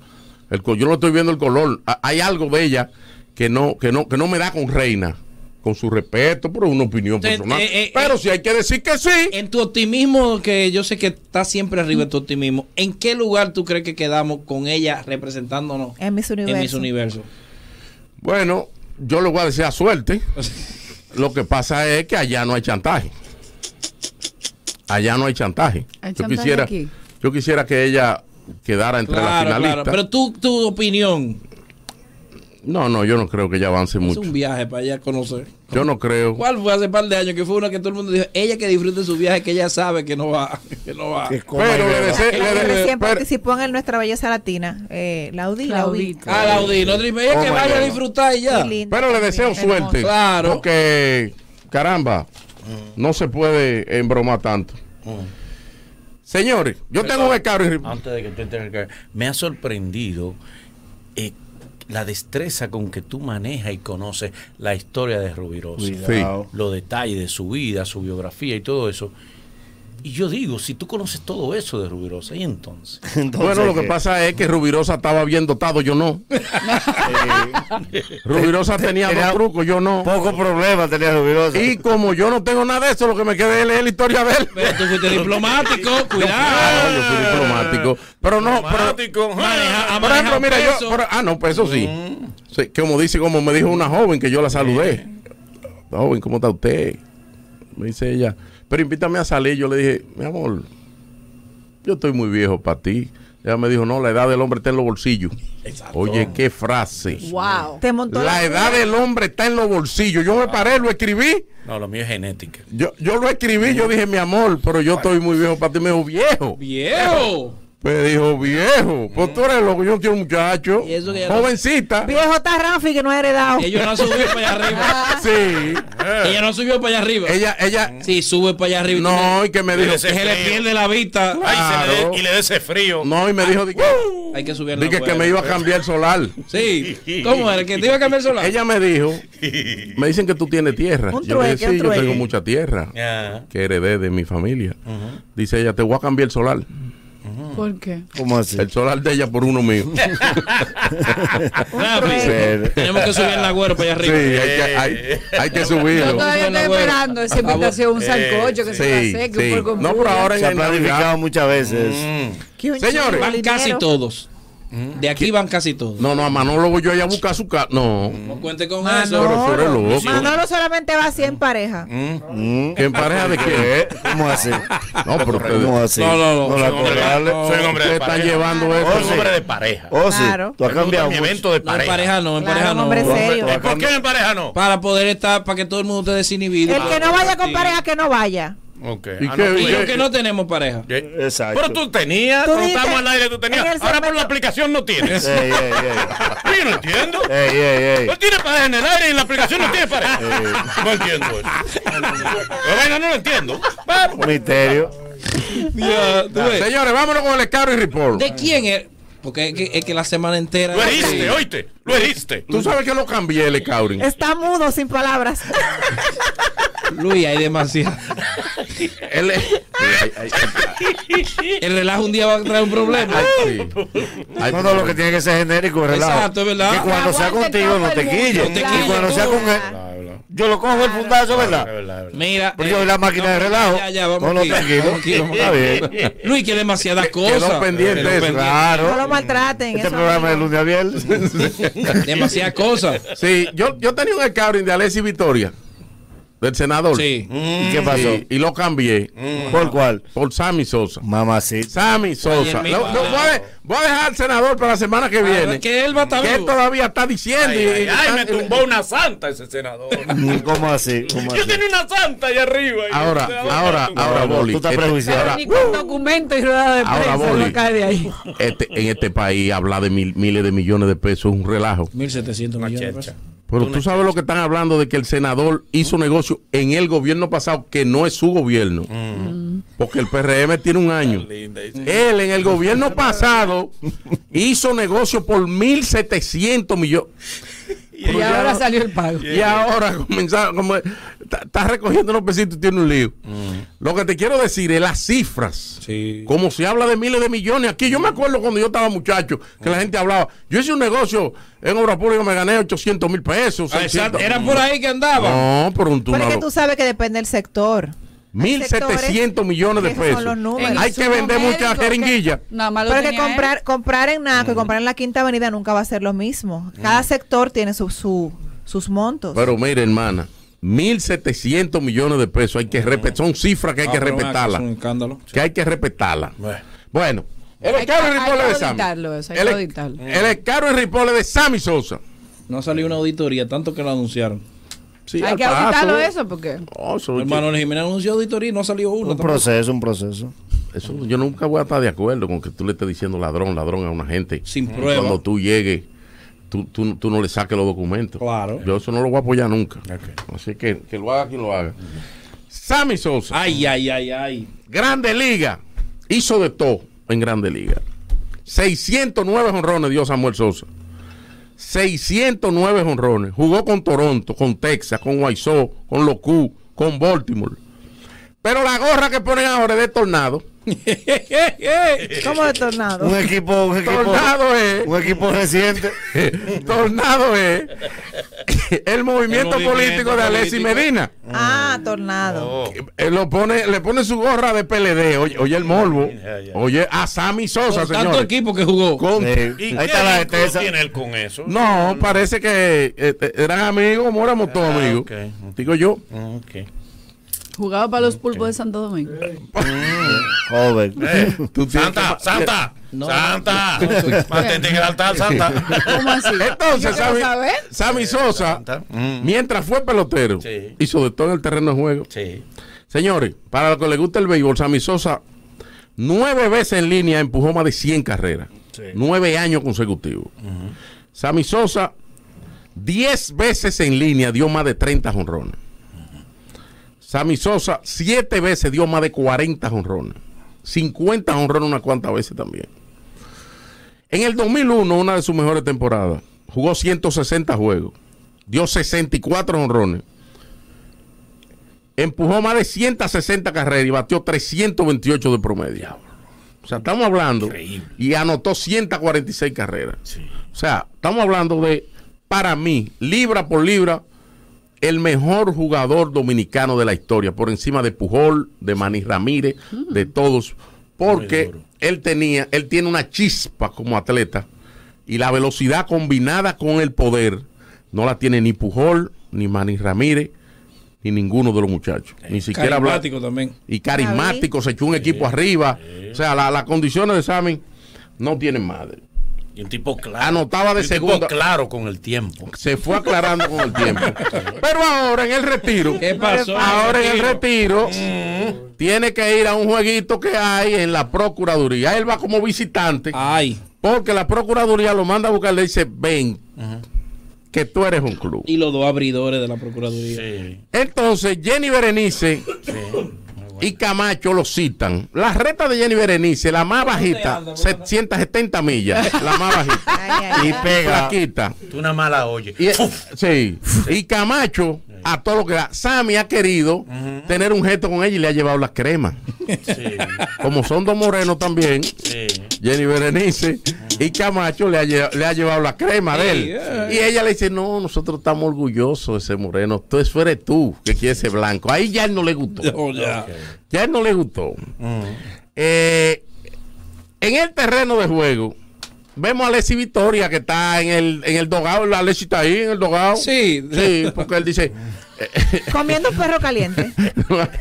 [SPEAKER 2] El, co- yo no estoy viendo el color. A- Hay algo de ella que no, que no, que no me da con reina. Con su respeto, pero es una opinión personal.
[SPEAKER 1] eh,
[SPEAKER 2] pero si hay que decir que sí.
[SPEAKER 1] En tu optimismo, que yo sé que está siempre arriba de tu optimismo, ¿en qué lugar tú crees que quedamos con ella representándonos
[SPEAKER 4] En Miss Universo.
[SPEAKER 1] en Miss Universo?
[SPEAKER 2] Bueno, yo lo voy a decir a suerte. Lo que pasa es que allá no hay chantaje. Allá no hay chantaje.
[SPEAKER 1] ¿Hay
[SPEAKER 2] yo
[SPEAKER 1] chantaje
[SPEAKER 2] quisiera,
[SPEAKER 1] aquí?
[SPEAKER 2] yo quisiera que ella quedara entre las
[SPEAKER 1] Claro,
[SPEAKER 2] finalistas.
[SPEAKER 1] claro. Pero tú, tu opinión.
[SPEAKER 2] No, no, yo no creo que ella avance
[SPEAKER 1] Es
[SPEAKER 2] mucho.
[SPEAKER 1] un viaje para allá conocer.
[SPEAKER 2] Yo no creo.
[SPEAKER 1] ¿Cuál fue hace par de años que fue una que todo el mundo dijo, ella que disfrute su viaje, que ella sabe que no va, que no va.
[SPEAKER 2] Pero le deseo- le
[SPEAKER 4] Ella
[SPEAKER 2] deseo-
[SPEAKER 4] recién
[SPEAKER 2] pero-
[SPEAKER 4] participó en el Nuestra Belleza Latina. Eh, Laudi, Laudi.
[SPEAKER 1] Ah, Laudí, no te- ella
[SPEAKER 2] Oh,
[SPEAKER 1] que
[SPEAKER 2] my
[SPEAKER 1] vaya a
[SPEAKER 2] God.
[SPEAKER 1] disfrutar y ya.
[SPEAKER 4] Muy linda.
[SPEAKER 2] Pero le deseo suerte.
[SPEAKER 1] Claro.
[SPEAKER 2] Porque, caramba, no se puede embromar tanto. Señores, yo tengo un becario.
[SPEAKER 11] Antes de que tú entres en el carro, me ha sorprendido eh, la destreza con que tú manejas y conoces la historia de Rubirosa.
[SPEAKER 2] Cuidado.
[SPEAKER 11] Los detalles de su vida, su biografía y todo eso. Y yo digo, si tú conoces todo eso de Rubirosa, ¿y entonces?
[SPEAKER 2] bueno, lo que pasa es que Rubirosa estaba bien dotado, yo no. Rubirosa tenía
[SPEAKER 11] Tenía
[SPEAKER 2] dos trucos, yo no. Poco problema tenía Rubirosa. Y como yo no tengo nada de eso, lo que me queda es leer la historia de él.
[SPEAKER 1] Pero tú fuiste diplomático, Ah.
[SPEAKER 2] cuidado. yo fui diplomático. Pero no,
[SPEAKER 1] Diplomático. Maneja, Mm. ha
[SPEAKER 2] por
[SPEAKER 1] manejado
[SPEAKER 2] ejemplo, mira, yo.
[SPEAKER 1] peso.
[SPEAKER 2] por- ah, no, pues eso sí. Sí, Como dice, como me dijo una joven que yo la saludé. Joven, ¿cómo está usted? Me dice ella. Pero invítame a salir. Yo le dije, mi amor, yo estoy muy viejo para ti. Ella me dijo, no, la edad del hombre está en los bolsillos. Oye, qué frase.
[SPEAKER 4] Wow. Te montó
[SPEAKER 2] La edad del hombre está en los bolsillos. Yo me paré, lo escribí.
[SPEAKER 11] No, lo mío es genética.
[SPEAKER 2] Yo, yo lo escribí, yo dije, mi amor, pero yo estoy muy viejo para ti. Me dijo, viejo.
[SPEAKER 1] Viejo.
[SPEAKER 2] Me dijo, viejo. Pues tú eres loco, yo no quiero muchacho.
[SPEAKER 4] Y eso que ya no-
[SPEAKER 2] Jovencita.
[SPEAKER 4] Viejo está Rafi que no ha heredado.
[SPEAKER 1] Ellos no han subido para allá arriba.
[SPEAKER 2] Sí.
[SPEAKER 1] Ella no subió para allá arriba.
[SPEAKER 2] Ella, ella.
[SPEAKER 1] Sí, sube para allá arriba.
[SPEAKER 2] No, y que me dijo.
[SPEAKER 1] Que se le pierde la vista.
[SPEAKER 2] Ay, se le dé- y
[SPEAKER 1] le dé ese frío.
[SPEAKER 2] No, y me dijo, di que,
[SPEAKER 1] Hay que subir
[SPEAKER 2] di que- que me iba a cambiar el solar.
[SPEAKER 1] Sí. ¿Cómo era? ¿Que te iba a cambiar el solar?
[SPEAKER 2] Ella me dijo, me dicen que tú tienes tierra.
[SPEAKER 1] Un
[SPEAKER 2] yo le dije,
[SPEAKER 1] trueque, un
[SPEAKER 2] sí, yo
[SPEAKER 1] trueque".
[SPEAKER 2] tengo mucha tierra
[SPEAKER 11] Ah.
[SPEAKER 1] Ya.
[SPEAKER 2] que heredé de mi familia. Dice ella, te voy a cambiar el solar.
[SPEAKER 5] ¿Por qué?
[SPEAKER 2] ¿Cómo así? El solar de ella por uno mío.
[SPEAKER 1] Rápido. Ah, Tenemos que subir el agüero para allá
[SPEAKER 2] Sí,
[SPEAKER 1] arriba.
[SPEAKER 2] hay que, hay, hay que subirlo.
[SPEAKER 12] Yo todavía estoy esperando esa invitación, un sancocho que se va a
[SPEAKER 2] Sí,
[SPEAKER 12] hacer, que
[SPEAKER 2] sí.
[SPEAKER 12] un puerco
[SPEAKER 2] No, pero
[SPEAKER 12] frito.
[SPEAKER 2] ahora en
[SPEAKER 8] Se ha
[SPEAKER 2] el Navidad-
[SPEAKER 8] planificado muchas veces.
[SPEAKER 2] Señores,
[SPEAKER 1] van casi todos.
[SPEAKER 8] Mm.
[SPEAKER 1] De aquí van casi todos.
[SPEAKER 2] No, no, a Manolo voy yo allá a buscar su casa. No.
[SPEAKER 8] Mm.
[SPEAKER 1] No cuente con
[SPEAKER 2] Pero tú eres
[SPEAKER 1] eso.
[SPEAKER 2] loco.
[SPEAKER 4] Manolo solamente Este va a 100 parejas.
[SPEAKER 2] Mm. ¿Que en pareja de qué? ¿Cómo así? No, pero ustedes-
[SPEAKER 8] ¿Cómo así?
[SPEAKER 2] No, no, no.
[SPEAKER 8] No la corrales.
[SPEAKER 2] Soy un hombre de
[SPEAKER 8] Ustedes están
[SPEAKER 2] pareja.
[SPEAKER 8] llevando
[SPEAKER 2] Soy
[SPEAKER 8] esto.
[SPEAKER 2] un hombre de
[SPEAKER 8] pareja. Oh, sí.
[SPEAKER 4] Claro.
[SPEAKER 8] Tú has cambiado
[SPEAKER 1] mi
[SPEAKER 8] mucho.
[SPEAKER 1] evento de pareja. en pareja no, en pareja no.
[SPEAKER 4] hombre serio.
[SPEAKER 1] ¿Por qué en pareja no? Para poder estar, para que todo el mundo esté desinhibido.
[SPEAKER 4] El que no vaya con pareja, que no vaya.
[SPEAKER 1] ¿Y,
[SPEAKER 3] Ah,
[SPEAKER 1] qué-
[SPEAKER 3] no,
[SPEAKER 11] pues,
[SPEAKER 1] y
[SPEAKER 3] tú-
[SPEAKER 1] yo que no tenemos pareja.
[SPEAKER 8] Exacto.
[SPEAKER 3] Pero tú tenías,
[SPEAKER 4] Tú
[SPEAKER 3] cuando
[SPEAKER 4] dices,
[SPEAKER 3] estábamos al aire tú
[SPEAKER 4] en
[SPEAKER 3] tenías.
[SPEAKER 4] el
[SPEAKER 3] Ahora por la aplicación no tienes.
[SPEAKER 8] Ey, ey, ey.
[SPEAKER 3] Yo no entiendo.
[SPEAKER 8] Ey, ey, ey.
[SPEAKER 3] No tiene pareja en el aire y en la aplicación no tiene pareja. No entiendo eso. Pero bueno, no lo entiendo.
[SPEAKER 8] Un misterio.
[SPEAKER 2] Señores, vámonos con el escaro y report.
[SPEAKER 1] ¿De quién es? Porque es que, es que la semana entera.
[SPEAKER 2] Lo heriste,
[SPEAKER 1] oíste.
[SPEAKER 2] Lo heriste. Tú sabes que lo cambié el escauring.
[SPEAKER 1] Este-
[SPEAKER 4] Está mudo, sin palabras.
[SPEAKER 1] Luis, hay demasiado.
[SPEAKER 2] El,
[SPEAKER 1] relajo un día va a traer un problema.
[SPEAKER 8] no, no, lo que tiene que ser genérico, es relajo.
[SPEAKER 1] Exacto, Ah, es verdad.
[SPEAKER 8] Que cuando sea contigo no te quille.
[SPEAKER 1] No te
[SPEAKER 8] Y
[SPEAKER 1] quille
[SPEAKER 8] cuando
[SPEAKER 1] tú.
[SPEAKER 8] sea con él, yo lo cojo el fundazo, ¿verdad?
[SPEAKER 1] Mira. eh,
[SPEAKER 8] Porque yo soy la máquina de relajo.
[SPEAKER 1] Ya, ya, vamos
[SPEAKER 8] No, no,
[SPEAKER 1] aquí,
[SPEAKER 8] tranquilo.
[SPEAKER 1] vamos aquí, vamos
[SPEAKER 8] Está
[SPEAKER 1] aquí. Luis, que demasiadas cosas.
[SPEAKER 8] pendiente
[SPEAKER 1] Quedó
[SPEAKER 8] eso. Claro.
[SPEAKER 4] No lo maltraten.
[SPEAKER 8] Este
[SPEAKER 4] eso no.
[SPEAKER 8] programa es de lunes a viernes.
[SPEAKER 1] Demasiadas cosas.
[SPEAKER 2] Sí, yo, yo tenía un escauring de Alessi Victoria. del senador.
[SPEAKER 1] Sí.
[SPEAKER 3] Mm.
[SPEAKER 2] ¿Y
[SPEAKER 8] qué pasó?
[SPEAKER 2] y lo cambié.
[SPEAKER 8] ¿Por cuál?
[SPEAKER 2] Por Sammy Sosa.
[SPEAKER 8] Mamacita.
[SPEAKER 2] Sammy Sosa.
[SPEAKER 8] mi
[SPEAKER 2] Lo- lo-
[SPEAKER 8] padre.
[SPEAKER 2] voy, a, de- voy a dejar al senador para la semana
[SPEAKER 8] Ah,
[SPEAKER 2] que viene.
[SPEAKER 1] Ah, que él va a estar
[SPEAKER 2] Que él
[SPEAKER 1] vivo.
[SPEAKER 2] todavía está diciendo.
[SPEAKER 3] Ay,
[SPEAKER 2] y-
[SPEAKER 3] ay,
[SPEAKER 2] y-
[SPEAKER 3] ay, me
[SPEAKER 2] y-
[SPEAKER 3] tumbó una santa ese senador.
[SPEAKER 8] ¿Cómo así? ¿Cómo
[SPEAKER 3] Yo
[SPEAKER 8] así?
[SPEAKER 3] tenía una santa allá arriba. y
[SPEAKER 2] Ahora,
[SPEAKER 3] el senador
[SPEAKER 2] ahora,
[SPEAKER 3] me la tumbó.
[SPEAKER 2] ahora,
[SPEAKER 8] No,
[SPEAKER 2] Boli.
[SPEAKER 8] tú estás
[SPEAKER 2] este-
[SPEAKER 8] prejuiciado.
[SPEAKER 2] ahora-
[SPEAKER 12] Ni con documento y rueda de
[SPEAKER 2] Ahora,
[SPEAKER 12] prensa
[SPEAKER 2] Boli.
[SPEAKER 12] no cae de ahí.
[SPEAKER 2] este- en este país hablar de mil- miles de millones de pesos es un relajo.
[SPEAKER 1] 1.700 millones de pesos.
[SPEAKER 2] Pero tú sabes lo que están hablando de que el senador hizo negocio en el gobierno pasado que no es su gobierno.
[SPEAKER 3] Mm.
[SPEAKER 2] Porque el PRM tiene un año. Él en el gobierno pasado hizo negocio por 1.700 millones.
[SPEAKER 12] Y ahora salió el pago.
[SPEAKER 2] Y ahora comenzar como está está recogiendo unos pesitos y tiene un lío.
[SPEAKER 1] Mm.
[SPEAKER 2] Lo que te quiero decir es las cifras. Como se habla de miles de millones aquí. Yo me acuerdo cuando yo estaba muchacho que
[SPEAKER 1] Mm.
[SPEAKER 2] la gente hablaba. Yo hice un negocio en obra pública, me gané 800 mil pesos.
[SPEAKER 1] Ah, exacto.
[SPEAKER 2] 600.
[SPEAKER 1] Era por ahí que andaba.
[SPEAKER 2] No, por un
[SPEAKER 4] Pero es que
[SPEAKER 2] túnel.
[SPEAKER 4] tú sabes que depende del sector. Hay
[SPEAKER 2] 1.700
[SPEAKER 4] sectores
[SPEAKER 2] millones de
[SPEAKER 4] que son los
[SPEAKER 2] pesos.
[SPEAKER 4] números.
[SPEAKER 2] Hay que vender muchas jeringuillas.
[SPEAKER 12] Nada más lo
[SPEAKER 4] Pero que
[SPEAKER 12] tenía él.
[SPEAKER 4] comprar, comprar en Naco y
[SPEAKER 2] Mm.
[SPEAKER 4] comprar en la Quinta Avenida nunca va a ser lo mismo. Cada sector tiene su, su- sus montos.
[SPEAKER 2] Pero mire, hermana, 1.700 millones de pesos. Hay que respetar. Son cifras que hay
[SPEAKER 1] Ah,
[SPEAKER 2] que
[SPEAKER 1] pero una cosa,
[SPEAKER 2] respetarlas.
[SPEAKER 1] un escándalo.
[SPEAKER 2] Que hay que respetarlas. Bueno, el
[SPEAKER 12] Hay que-
[SPEAKER 2] escaro y
[SPEAKER 12] hay
[SPEAKER 2] ripolle
[SPEAKER 12] que
[SPEAKER 2] de Sammy.
[SPEAKER 12] auditarlo eso, hay
[SPEAKER 2] El-
[SPEAKER 12] que auditarlo.
[SPEAKER 2] El escaro y ripolle de Sammy Sosa.
[SPEAKER 1] No salió una auditoría, tanto que la anunciaron.
[SPEAKER 2] Sí,
[SPEAKER 12] Hay que
[SPEAKER 2] al paso.
[SPEAKER 12] auditarlo eso porque
[SPEAKER 2] No, eso-
[SPEAKER 1] Hermano Luis Jiménez anunció auditoría y no salió una.
[SPEAKER 8] Un proceso, un proceso.
[SPEAKER 2] eso- yo nunca voy a estar de acuerdo con que tú le estés diciendo ladrón, ladrón a una gente. Mm.
[SPEAKER 1] Sin prueba.
[SPEAKER 2] Cuando tú llegues, tú, tú- tú no le saques los documentos.
[SPEAKER 1] Claro.
[SPEAKER 2] Yo eso no lo voy a apoyar nunca. Así que que lo haga quien lo haga. Sammy Sosa.
[SPEAKER 1] Ay, ay, ay, ay.
[SPEAKER 2] Grande Liga. Hizo de todo en Grande Liga. 609 honrones dio Samuel Sosa. 609 honrones. Jugó con Toronto, con Texas, con Waisó, con los Q, con Baltimore. Pero la gorra que ponen ahora es de Tornado.
[SPEAKER 4] ¿Cómo de tornado?
[SPEAKER 8] Un equipo, un equipo.
[SPEAKER 2] Tornado es.
[SPEAKER 8] Un equipo reciente.
[SPEAKER 2] Tornado es. El movimiento,
[SPEAKER 1] movimiento
[SPEAKER 2] político de Alessi
[SPEAKER 1] político.
[SPEAKER 2] Medina.
[SPEAKER 4] Ah, tornado.
[SPEAKER 2] Eh, lo pone, le pone su gorra de PLD. Oye, oye el morbo. Oye, a Sammy Sosa,
[SPEAKER 1] Con tanto
[SPEAKER 2] señores.
[SPEAKER 1] equipo que jugó.
[SPEAKER 8] Sí.
[SPEAKER 2] Con-
[SPEAKER 3] ¿Y
[SPEAKER 8] Ahí
[SPEAKER 3] qué
[SPEAKER 8] está la
[SPEAKER 3] vínculo
[SPEAKER 8] estesa.
[SPEAKER 3] tiene él con eso?
[SPEAKER 2] No, parece que eh, eh, eran amigos, como éramos todos
[SPEAKER 3] Ah,
[SPEAKER 2] amigos.
[SPEAKER 3] ok.
[SPEAKER 2] Digo yo.
[SPEAKER 3] Ok.
[SPEAKER 12] jugaba para los pulpos de Santo Domingo.
[SPEAKER 8] Joven.
[SPEAKER 2] Eh, Tú tienes
[SPEAKER 3] Santa,
[SPEAKER 2] que-
[SPEAKER 3] Santa, Santa, mantente en el altar, Santa.
[SPEAKER 12] ¿Cómo así? Yo
[SPEAKER 2] Entonces,
[SPEAKER 12] quiero
[SPEAKER 2] Sammy,
[SPEAKER 12] saber.
[SPEAKER 2] Sammy Sosa, mientras fue pelotero,
[SPEAKER 3] Sí.
[SPEAKER 2] hizo de todo en el terreno de juego.
[SPEAKER 3] Sí.
[SPEAKER 2] Señores, para los que les gusta el béisbol, Sammy Sosa, nueve veces en línea empujó más de 100 carreras. Nueve años consecutivos. Sammy Sosa, diez veces en línea dio más de 30 jonrones. Sammy Sosa, siete veces dio más de 40 jonrones. 50 jonrones unas cuantas veces también. En el 2001, una de sus mejores temporadas, jugó 160 juegos. Dio 64 honrones. Empujó más de 160 carreras y batió 328 de promedio. O sea, estamos hablando. Y anotó 146 carreras. O sea, estamos hablando de, para mí, libra por libra, el mejor jugador dominicano de la historia, por encima de Pujol, de Manny Ramírez, de todos, porque él tenía, él tiene una chispa como atleta y la velocidad combinada con el poder no la tiene ni Pujol, ni Manny Ramírez, ni ninguno de los muchachos, ni siquiera habla-
[SPEAKER 1] Carismático también.
[SPEAKER 2] y carismático, se echó un equipo arriba, o sea, la- las condiciones de Sammy no tienen madre.
[SPEAKER 3] Y un tipo claro.
[SPEAKER 2] Anotaba de
[SPEAKER 3] Y un tipo
[SPEAKER 2] segunda,
[SPEAKER 3] claro con el tiempo.
[SPEAKER 2] se fue aclarando con el tiempo. Pero ahora en el retiro,
[SPEAKER 1] ¿Qué pasó?
[SPEAKER 2] Ahora en el retiro tiene que ir a un jueguito que hay en la Procuraduría. Él va como visitante
[SPEAKER 1] Ay.
[SPEAKER 2] porque la Procuraduría lo manda a buscar. Le dice, ven, que tú eres un club.
[SPEAKER 1] Y los dos abridores de la Procuraduría.
[SPEAKER 2] Entonces Jenny Berenice y Camacho lo citan. La reta de Jenny Berenice, la más bajita, 770 millas, la más bajita.
[SPEAKER 8] Y pega.
[SPEAKER 2] Flaquita.
[SPEAKER 3] Tú una mala oye.
[SPEAKER 2] Y, eh, sí. y Camacho, a todo lo que da. Sammy ha querido tener un gesto con ella y le ha llevado las cremas. Como son dos morenos también, Jenny Berenice y Camacho le ha, lle- le ha llevado la crema de él. Y ella le dice, no, nosotros estamos orgullosos de ese moreno. Tú eso eres tú que quieres ese blanco. Ahí ya él no le gustó.
[SPEAKER 1] Oh, ya.
[SPEAKER 2] Ya él no le gustó. Eh, en el terreno de juego, vemos a Alexi Victoria que está en el, en el dogado. Alexi está ahí en el dogado.
[SPEAKER 1] Sí.
[SPEAKER 2] Sí, porque él dice,
[SPEAKER 13] Comiendo un perro caliente.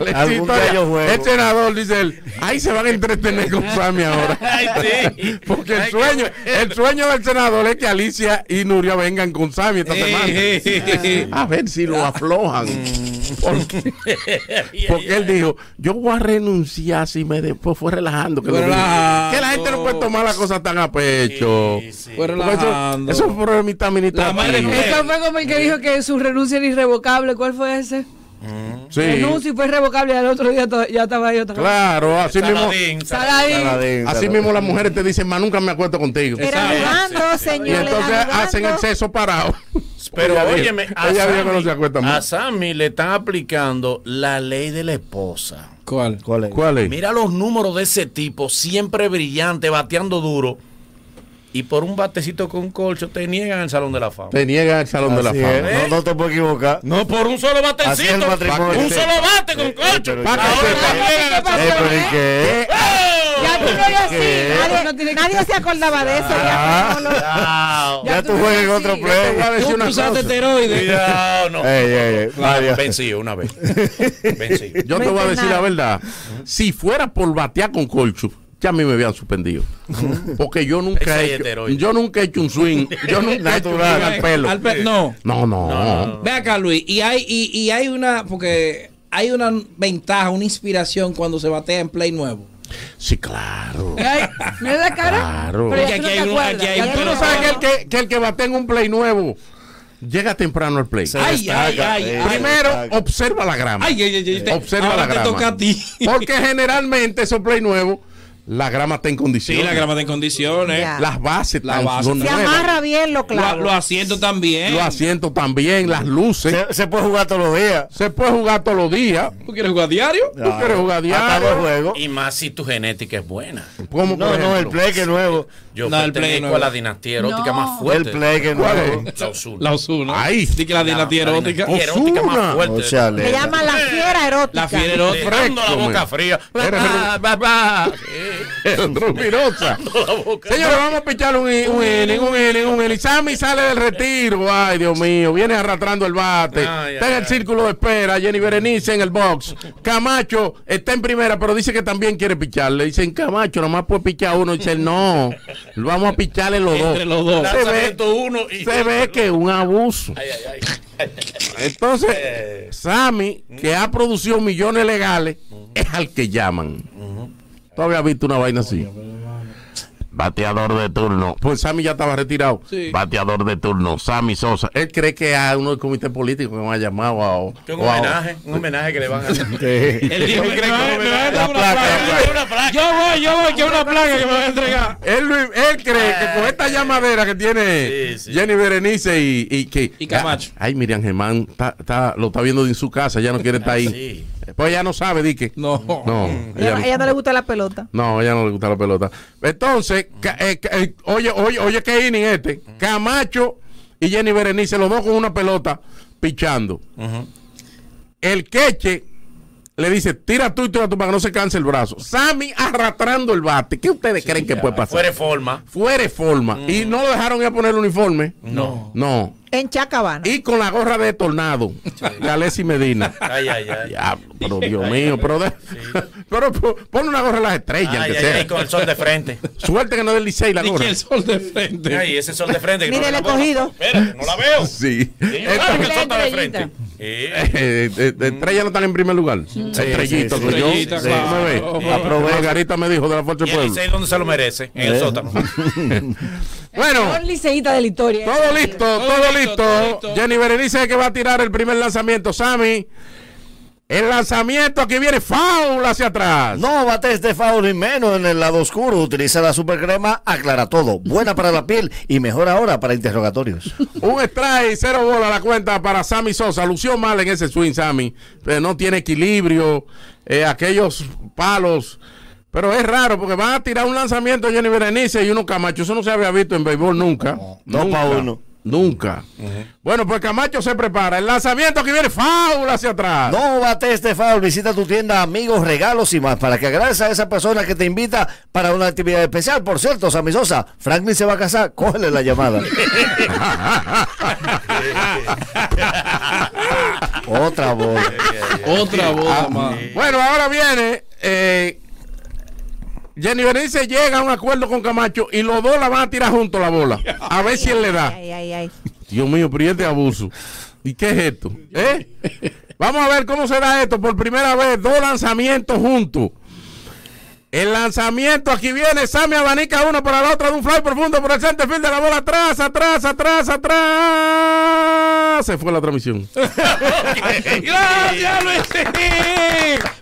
[SPEAKER 2] Esa
[SPEAKER 13] Algún
[SPEAKER 2] historia,
[SPEAKER 13] día yo juego.
[SPEAKER 2] el senador dice él, ahí se van a entretener con Sammy ahora. Porque el sueño, el sueño del senador es que Alicia y Nuria vengan con Sammy esta semana. A ver si lo aflojan. Porque, porque él dijo, yo voy a renunciar si me después fue relajando. Que, lo
[SPEAKER 1] Fue
[SPEAKER 2] vi".
[SPEAKER 1] relajando.
[SPEAKER 2] Que la gente no puede tomar las cosas tan a pecho.
[SPEAKER 1] Fue
[SPEAKER 2] Porque Eso,
[SPEAKER 1] relajando.
[SPEAKER 2] eso fue problemita administrativo.
[SPEAKER 14] Eso fue como el que dijo que su renuncia era irrevocable. ¿Cuál fue ese?
[SPEAKER 2] Sí.
[SPEAKER 14] Renuncio y fue irrevocable. Y al otro día to- ya estaba yo otra vez.
[SPEAKER 2] Claro, así mismo.
[SPEAKER 14] Saladín, Saladín.
[SPEAKER 8] Saladín,
[SPEAKER 2] Así
[SPEAKER 8] Saladín.
[SPEAKER 2] mismo las mujeres te dicen, más nunca me acuesto contigo.
[SPEAKER 13] Era jugando,
[SPEAKER 2] Y
[SPEAKER 13] señores.
[SPEAKER 2] entonces
[SPEAKER 13] era
[SPEAKER 2] hacen el
[SPEAKER 13] jugando.
[SPEAKER 2] sexo parado.
[SPEAKER 3] Pero
[SPEAKER 2] Ella dijo-
[SPEAKER 3] óyeme, a
[SPEAKER 2] ella dijo que no
[SPEAKER 3] Sammy-
[SPEAKER 2] se acuesta
[SPEAKER 3] a
[SPEAKER 2] más.
[SPEAKER 3] Sammy le están aplicando la ley de la esposa.
[SPEAKER 1] ¿Cuál?
[SPEAKER 8] ¿Cuál es?
[SPEAKER 2] ¿Cuál es?
[SPEAKER 3] Mira los números de ese tipo, siempre brillante, bateando duro. Y por un batecito con colcho te niegan el Salón de la Fama.
[SPEAKER 2] Te niegan el salón
[SPEAKER 8] Así
[SPEAKER 2] de la fama.
[SPEAKER 8] es. eh. No, no te puedes equivocar.
[SPEAKER 3] No, por un solo
[SPEAKER 8] Así es el
[SPEAKER 3] batecito.
[SPEAKER 8] matrimonio.
[SPEAKER 3] Un solo bate con colcho.
[SPEAKER 8] Pa' que sepa. Eh, pero ¿y qué?
[SPEAKER 13] Ya tú no eres así.
[SPEAKER 8] ¿Qué?
[SPEAKER 13] Nadie, nadie se acordaba de eso. Ya, no lo-
[SPEAKER 3] Cuidado.
[SPEAKER 8] Ya tú juegas en otro
[SPEAKER 2] Yo te voy a
[SPEAKER 8] play.
[SPEAKER 2] decir una cosa.
[SPEAKER 3] ¡Oh! Cuidado, no.
[SPEAKER 8] Ey, ey, ey, Mario.
[SPEAKER 3] Vencido una vez. Vencido.
[SPEAKER 2] Yo te voy a decir la verdad. Si fuera por batear con colcho, ya a mí me habían suspendido. Porque yo nunca
[SPEAKER 3] Ese es
[SPEAKER 2] he hecho,
[SPEAKER 3] heteroide.
[SPEAKER 2] yo nunca he hecho un swing. Yo nunca he hecho un swing
[SPEAKER 8] Natural.
[SPEAKER 2] al pelo.
[SPEAKER 1] Al pe- no.
[SPEAKER 2] No, no.
[SPEAKER 1] Ve acá, Luis. Y hay, y, y hay una, porque hay una ventaja, una inspiración cuando se batea en play nuevo.
[SPEAKER 2] Sí, claro.
[SPEAKER 14] Ay, Mira la cara.
[SPEAKER 2] Claro.
[SPEAKER 14] Pero ya tú no te acuerdas, ya
[SPEAKER 2] Tú
[SPEAKER 14] tú
[SPEAKER 2] no
[SPEAKER 14] no
[SPEAKER 2] sabes que
[SPEAKER 14] te
[SPEAKER 2] el que, que el que batea en un play nuevo llega temprano al play.
[SPEAKER 1] Ay,
[SPEAKER 8] destaca,
[SPEAKER 1] ay,
[SPEAKER 8] eh,
[SPEAKER 1] ay, ay.
[SPEAKER 2] Primero,
[SPEAKER 8] destaca.
[SPEAKER 2] observa la grama.
[SPEAKER 1] Ay, ay, ay, ay, te-
[SPEAKER 2] observa
[SPEAKER 1] ahora
[SPEAKER 2] la
[SPEAKER 1] te
[SPEAKER 2] grama. Oh,
[SPEAKER 1] toca a ti.
[SPEAKER 2] Porque generalmente esos play nuevos, la grama está en
[SPEAKER 1] Sí,
[SPEAKER 2] condiciones.
[SPEAKER 1] la grama está en condiciones.
[SPEAKER 13] Ya.
[SPEAKER 2] Las bases
[SPEAKER 1] La
[SPEAKER 2] están-
[SPEAKER 1] base
[SPEAKER 2] son
[SPEAKER 13] Se
[SPEAKER 2] nuevas.
[SPEAKER 13] amarra bien lo
[SPEAKER 1] Lo-
[SPEAKER 13] claro.
[SPEAKER 1] Los asientos también.
[SPEAKER 2] Los asientos también, las luces.
[SPEAKER 8] Se, se puede jugar todos los días.
[SPEAKER 2] Se puede jugar todos los días.
[SPEAKER 1] ¿Tú quieres jugar diario?
[SPEAKER 2] Tú quieres jugar
[SPEAKER 8] Hasta los
[SPEAKER 2] diario.
[SPEAKER 8] juegos.
[SPEAKER 3] Y más si tu genética es buena.
[SPEAKER 2] ¿Cómo, por
[SPEAKER 8] No, no,
[SPEAKER 2] ejemplo?
[SPEAKER 8] el play que es nuevo.
[SPEAKER 3] Yo
[SPEAKER 1] No, el play
[SPEAKER 3] pertenezco
[SPEAKER 1] no.
[SPEAKER 3] a la dinastía erótica
[SPEAKER 14] No.
[SPEAKER 3] más
[SPEAKER 8] El
[SPEAKER 3] fuerte.
[SPEAKER 8] play que es
[SPEAKER 2] ¿Cuál es?
[SPEAKER 8] nuevo.
[SPEAKER 3] La Ozuna.
[SPEAKER 1] La Osuna.
[SPEAKER 2] Ay.
[SPEAKER 1] Di que la dinastía
[SPEAKER 3] La- la
[SPEAKER 1] erótica.
[SPEAKER 3] dinastía erótica
[SPEAKER 2] Ozuna.
[SPEAKER 3] más fuerte.
[SPEAKER 8] O sea, le-
[SPEAKER 13] Se llama la fiera erótica.
[SPEAKER 1] La fiera erótica.
[SPEAKER 3] Dejando la
[SPEAKER 2] fresco,
[SPEAKER 3] boca
[SPEAKER 2] man.
[SPEAKER 3] fría.
[SPEAKER 2] Eres
[SPEAKER 3] Ba, ba, ba. Eh,
[SPEAKER 2] El Rubirosa.
[SPEAKER 3] dejando la boca.
[SPEAKER 2] Señores, vamos a pichar un, un inning, un inning, un inning. Sammy sale del retiro. Ay, Dios mío. Viene arrastrando el bate.
[SPEAKER 3] Ay,
[SPEAKER 2] está
[SPEAKER 3] ay,
[SPEAKER 2] en el
[SPEAKER 3] ay.
[SPEAKER 2] círculo de espera. Jenny Berenice en el box. Camacho está en primera, pero dice que también quiere pichar. Le dicen, Camacho, nomás puede pichar uno. Dice, no. Vamos a picharle los dos.
[SPEAKER 1] Entre los dos.
[SPEAKER 2] Se ve,
[SPEAKER 3] Lanzamiento uno y-
[SPEAKER 2] se ve que es un abuso.
[SPEAKER 3] Ay, ay, ay.
[SPEAKER 2] Entonces, Sammy, que ha producido millones legales, es al que llaman. ¿Tú habías visto una vaina así? Bateador de turno. Pues Sammy ya estaba retirado.
[SPEAKER 1] Sí.
[SPEAKER 2] Bateador de turno, Sammy Sosa. Él cree que a uno del comité político que me ha llamado a. o-
[SPEAKER 3] Que Un
[SPEAKER 2] o a-
[SPEAKER 3] homenaje, un homenaje que le van a hacer.
[SPEAKER 1] Él dijo,
[SPEAKER 2] Él
[SPEAKER 1] "Me
[SPEAKER 2] cree que
[SPEAKER 1] va-
[SPEAKER 2] no
[SPEAKER 1] me va a
[SPEAKER 2] la
[SPEAKER 1] entregar una
[SPEAKER 2] placa,
[SPEAKER 1] placa".
[SPEAKER 2] la
[SPEAKER 1] Él dijo, "Una placa". Yo voy, yo voy, que es una placa que me va a entregar. Eh.
[SPEAKER 2] Él, lo- él cree que con esta llamadera que tiene
[SPEAKER 3] Sí, sí.
[SPEAKER 2] Jenny Berenice y, y que.
[SPEAKER 1] Y Camacho.
[SPEAKER 2] Ay, Miriam Germán está- está- lo está viendo en su casa, ya no quiere estar ahí.
[SPEAKER 3] Sí.
[SPEAKER 2] Pues ya no sabe, di que.
[SPEAKER 1] No. Mm.
[SPEAKER 2] No,
[SPEAKER 13] Ella no-
[SPEAKER 2] no-
[SPEAKER 13] a ella no le gusta la pelota.
[SPEAKER 2] No, ella no le gusta la pelota. Entonces, ca- eh, ca- eh, oye, oye, oye, qué inning este. Camacho y Jenny Berenice, los dos con una pelota pichando. El queche le dice, tira tú y tira tú para que no se canse el brazo. Sammy arrastrando el bate. ¿Qué ustedes creen que puede pasar?
[SPEAKER 3] Fuera de
[SPEAKER 2] Fuere,
[SPEAKER 3] forma.
[SPEAKER 2] forma. Y no lo dejaron ir a poner el uniforme.
[SPEAKER 3] No.
[SPEAKER 2] No.
[SPEAKER 13] En Chacabana.
[SPEAKER 2] Y con la gorra de tornado de Alessi Medina.
[SPEAKER 3] Ay, ay, ay.
[SPEAKER 2] Diablo, pero Dios mío, pero, de- pero po- pon una gorra a las estrellas,
[SPEAKER 3] Ay,
[SPEAKER 2] que
[SPEAKER 3] ay,
[SPEAKER 2] sea.
[SPEAKER 3] ay, con el sol de frente.
[SPEAKER 2] Suerte que no del Licey la
[SPEAKER 1] Di
[SPEAKER 2] gorra.
[SPEAKER 1] que el sol de frente.
[SPEAKER 3] Ay, ese sol de frente. que no
[SPEAKER 13] Mire,
[SPEAKER 3] la
[SPEAKER 13] le he
[SPEAKER 3] veo.
[SPEAKER 13] cogido.
[SPEAKER 3] Espérate, no la veo.
[SPEAKER 2] Sí.
[SPEAKER 3] Sí, claro que el
[SPEAKER 2] Entonces,
[SPEAKER 3] sol está de
[SPEAKER 14] estrellita.
[SPEAKER 3] frente. Eh,
[SPEAKER 2] eh, eh, estrellas no están en primer lugar. Estrellitos,
[SPEAKER 8] sí,
[SPEAKER 2] soy yo.
[SPEAKER 1] estrellitas,
[SPEAKER 2] Sí,
[SPEAKER 1] claro.
[SPEAKER 2] ¿cómo me ve?
[SPEAKER 1] Sí.
[SPEAKER 2] Aprovecha. Margarita me dijo de la Fuerza
[SPEAKER 3] Y
[SPEAKER 2] del
[SPEAKER 3] el
[SPEAKER 2] Pueblo.
[SPEAKER 3] Licey, ¿dónde se lo merece? En
[SPEAKER 2] Eh.
[SPEAKER 3] el sótano.
[SPEAKER 2] Bueno,
[SPEAKER 14] Peor liceíta de la historia.
[SPEAKER 2] todo listo, todo listo. Jenny Berenice es que va a tirar el primer lanzamiento. Sammy. El lanzamiento aquí viene foul hacia atrás.
[SPEAKER 8] No bate este foul ni menos en el lado oscuro. Utiliza la supercrema, aclara todo. Buena para la piel y mejor ahora para interrogatorios.
[SPEAKER 2] Un strike, cero bola a la cuenta para Sammy Sosa. Lució mal en ese swing, Sammy. Eh, no tiene equilibrio. eh, aquellos palos. Pero es raro porque van a tirar un lanzamiento Jenny Berenice y uno Camacho. Eso no se había visto en béisbol nunca.
[SPEAKER 8] Dos
[SPEAKER 2] Nunca.
[SPEAKER 8] pa' uno.
[SPEAKER 2] Nunca. Bueno, pues Camacho se prepara. El lanzamiento que viene, faula hacia atrás.
[SPEAKER 8] No bate este foul, visita tu tienda Amigos Regalos y más para que agradezcas a esa persona que te invita para una actividad especial. Por cierto, Sammy Sosa, Franklin se va a casar, cógele la llamada. Otra voz.
[SPEAKER 1] Otra voz,
[SPEAKER 2] Ah, Bueno, ahora viene. eh, Jenny Berenice llega a un acuerdo con Camacho y los dos la van a tirar juntos la bola. A ver si él le da.
[SPEAKER 4] Ay, ay, ay.
[SPEAKER 2] Dios mío, pero ¿y este abuso. ¿Y qué es esto? ¿Eh? Vamos a ver cómo será esto. Por primera vez, dos lanzamientos juntos. El lanzamiento, aquí viene Sammy abanica uno para la otra de un fly profundo por el center field de la bola. Atrás, atrás, atrás, atrás. Se fue la transmisión.
[SPEAKER 1] Gracias, Luisín.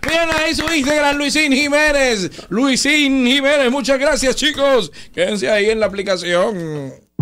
[SPEAKER 1] Miren ahí su Instagram, Luisín Jiménez. Luisín Jiménez, muchas gracias, chicos. Quédense ahí en la aplicación.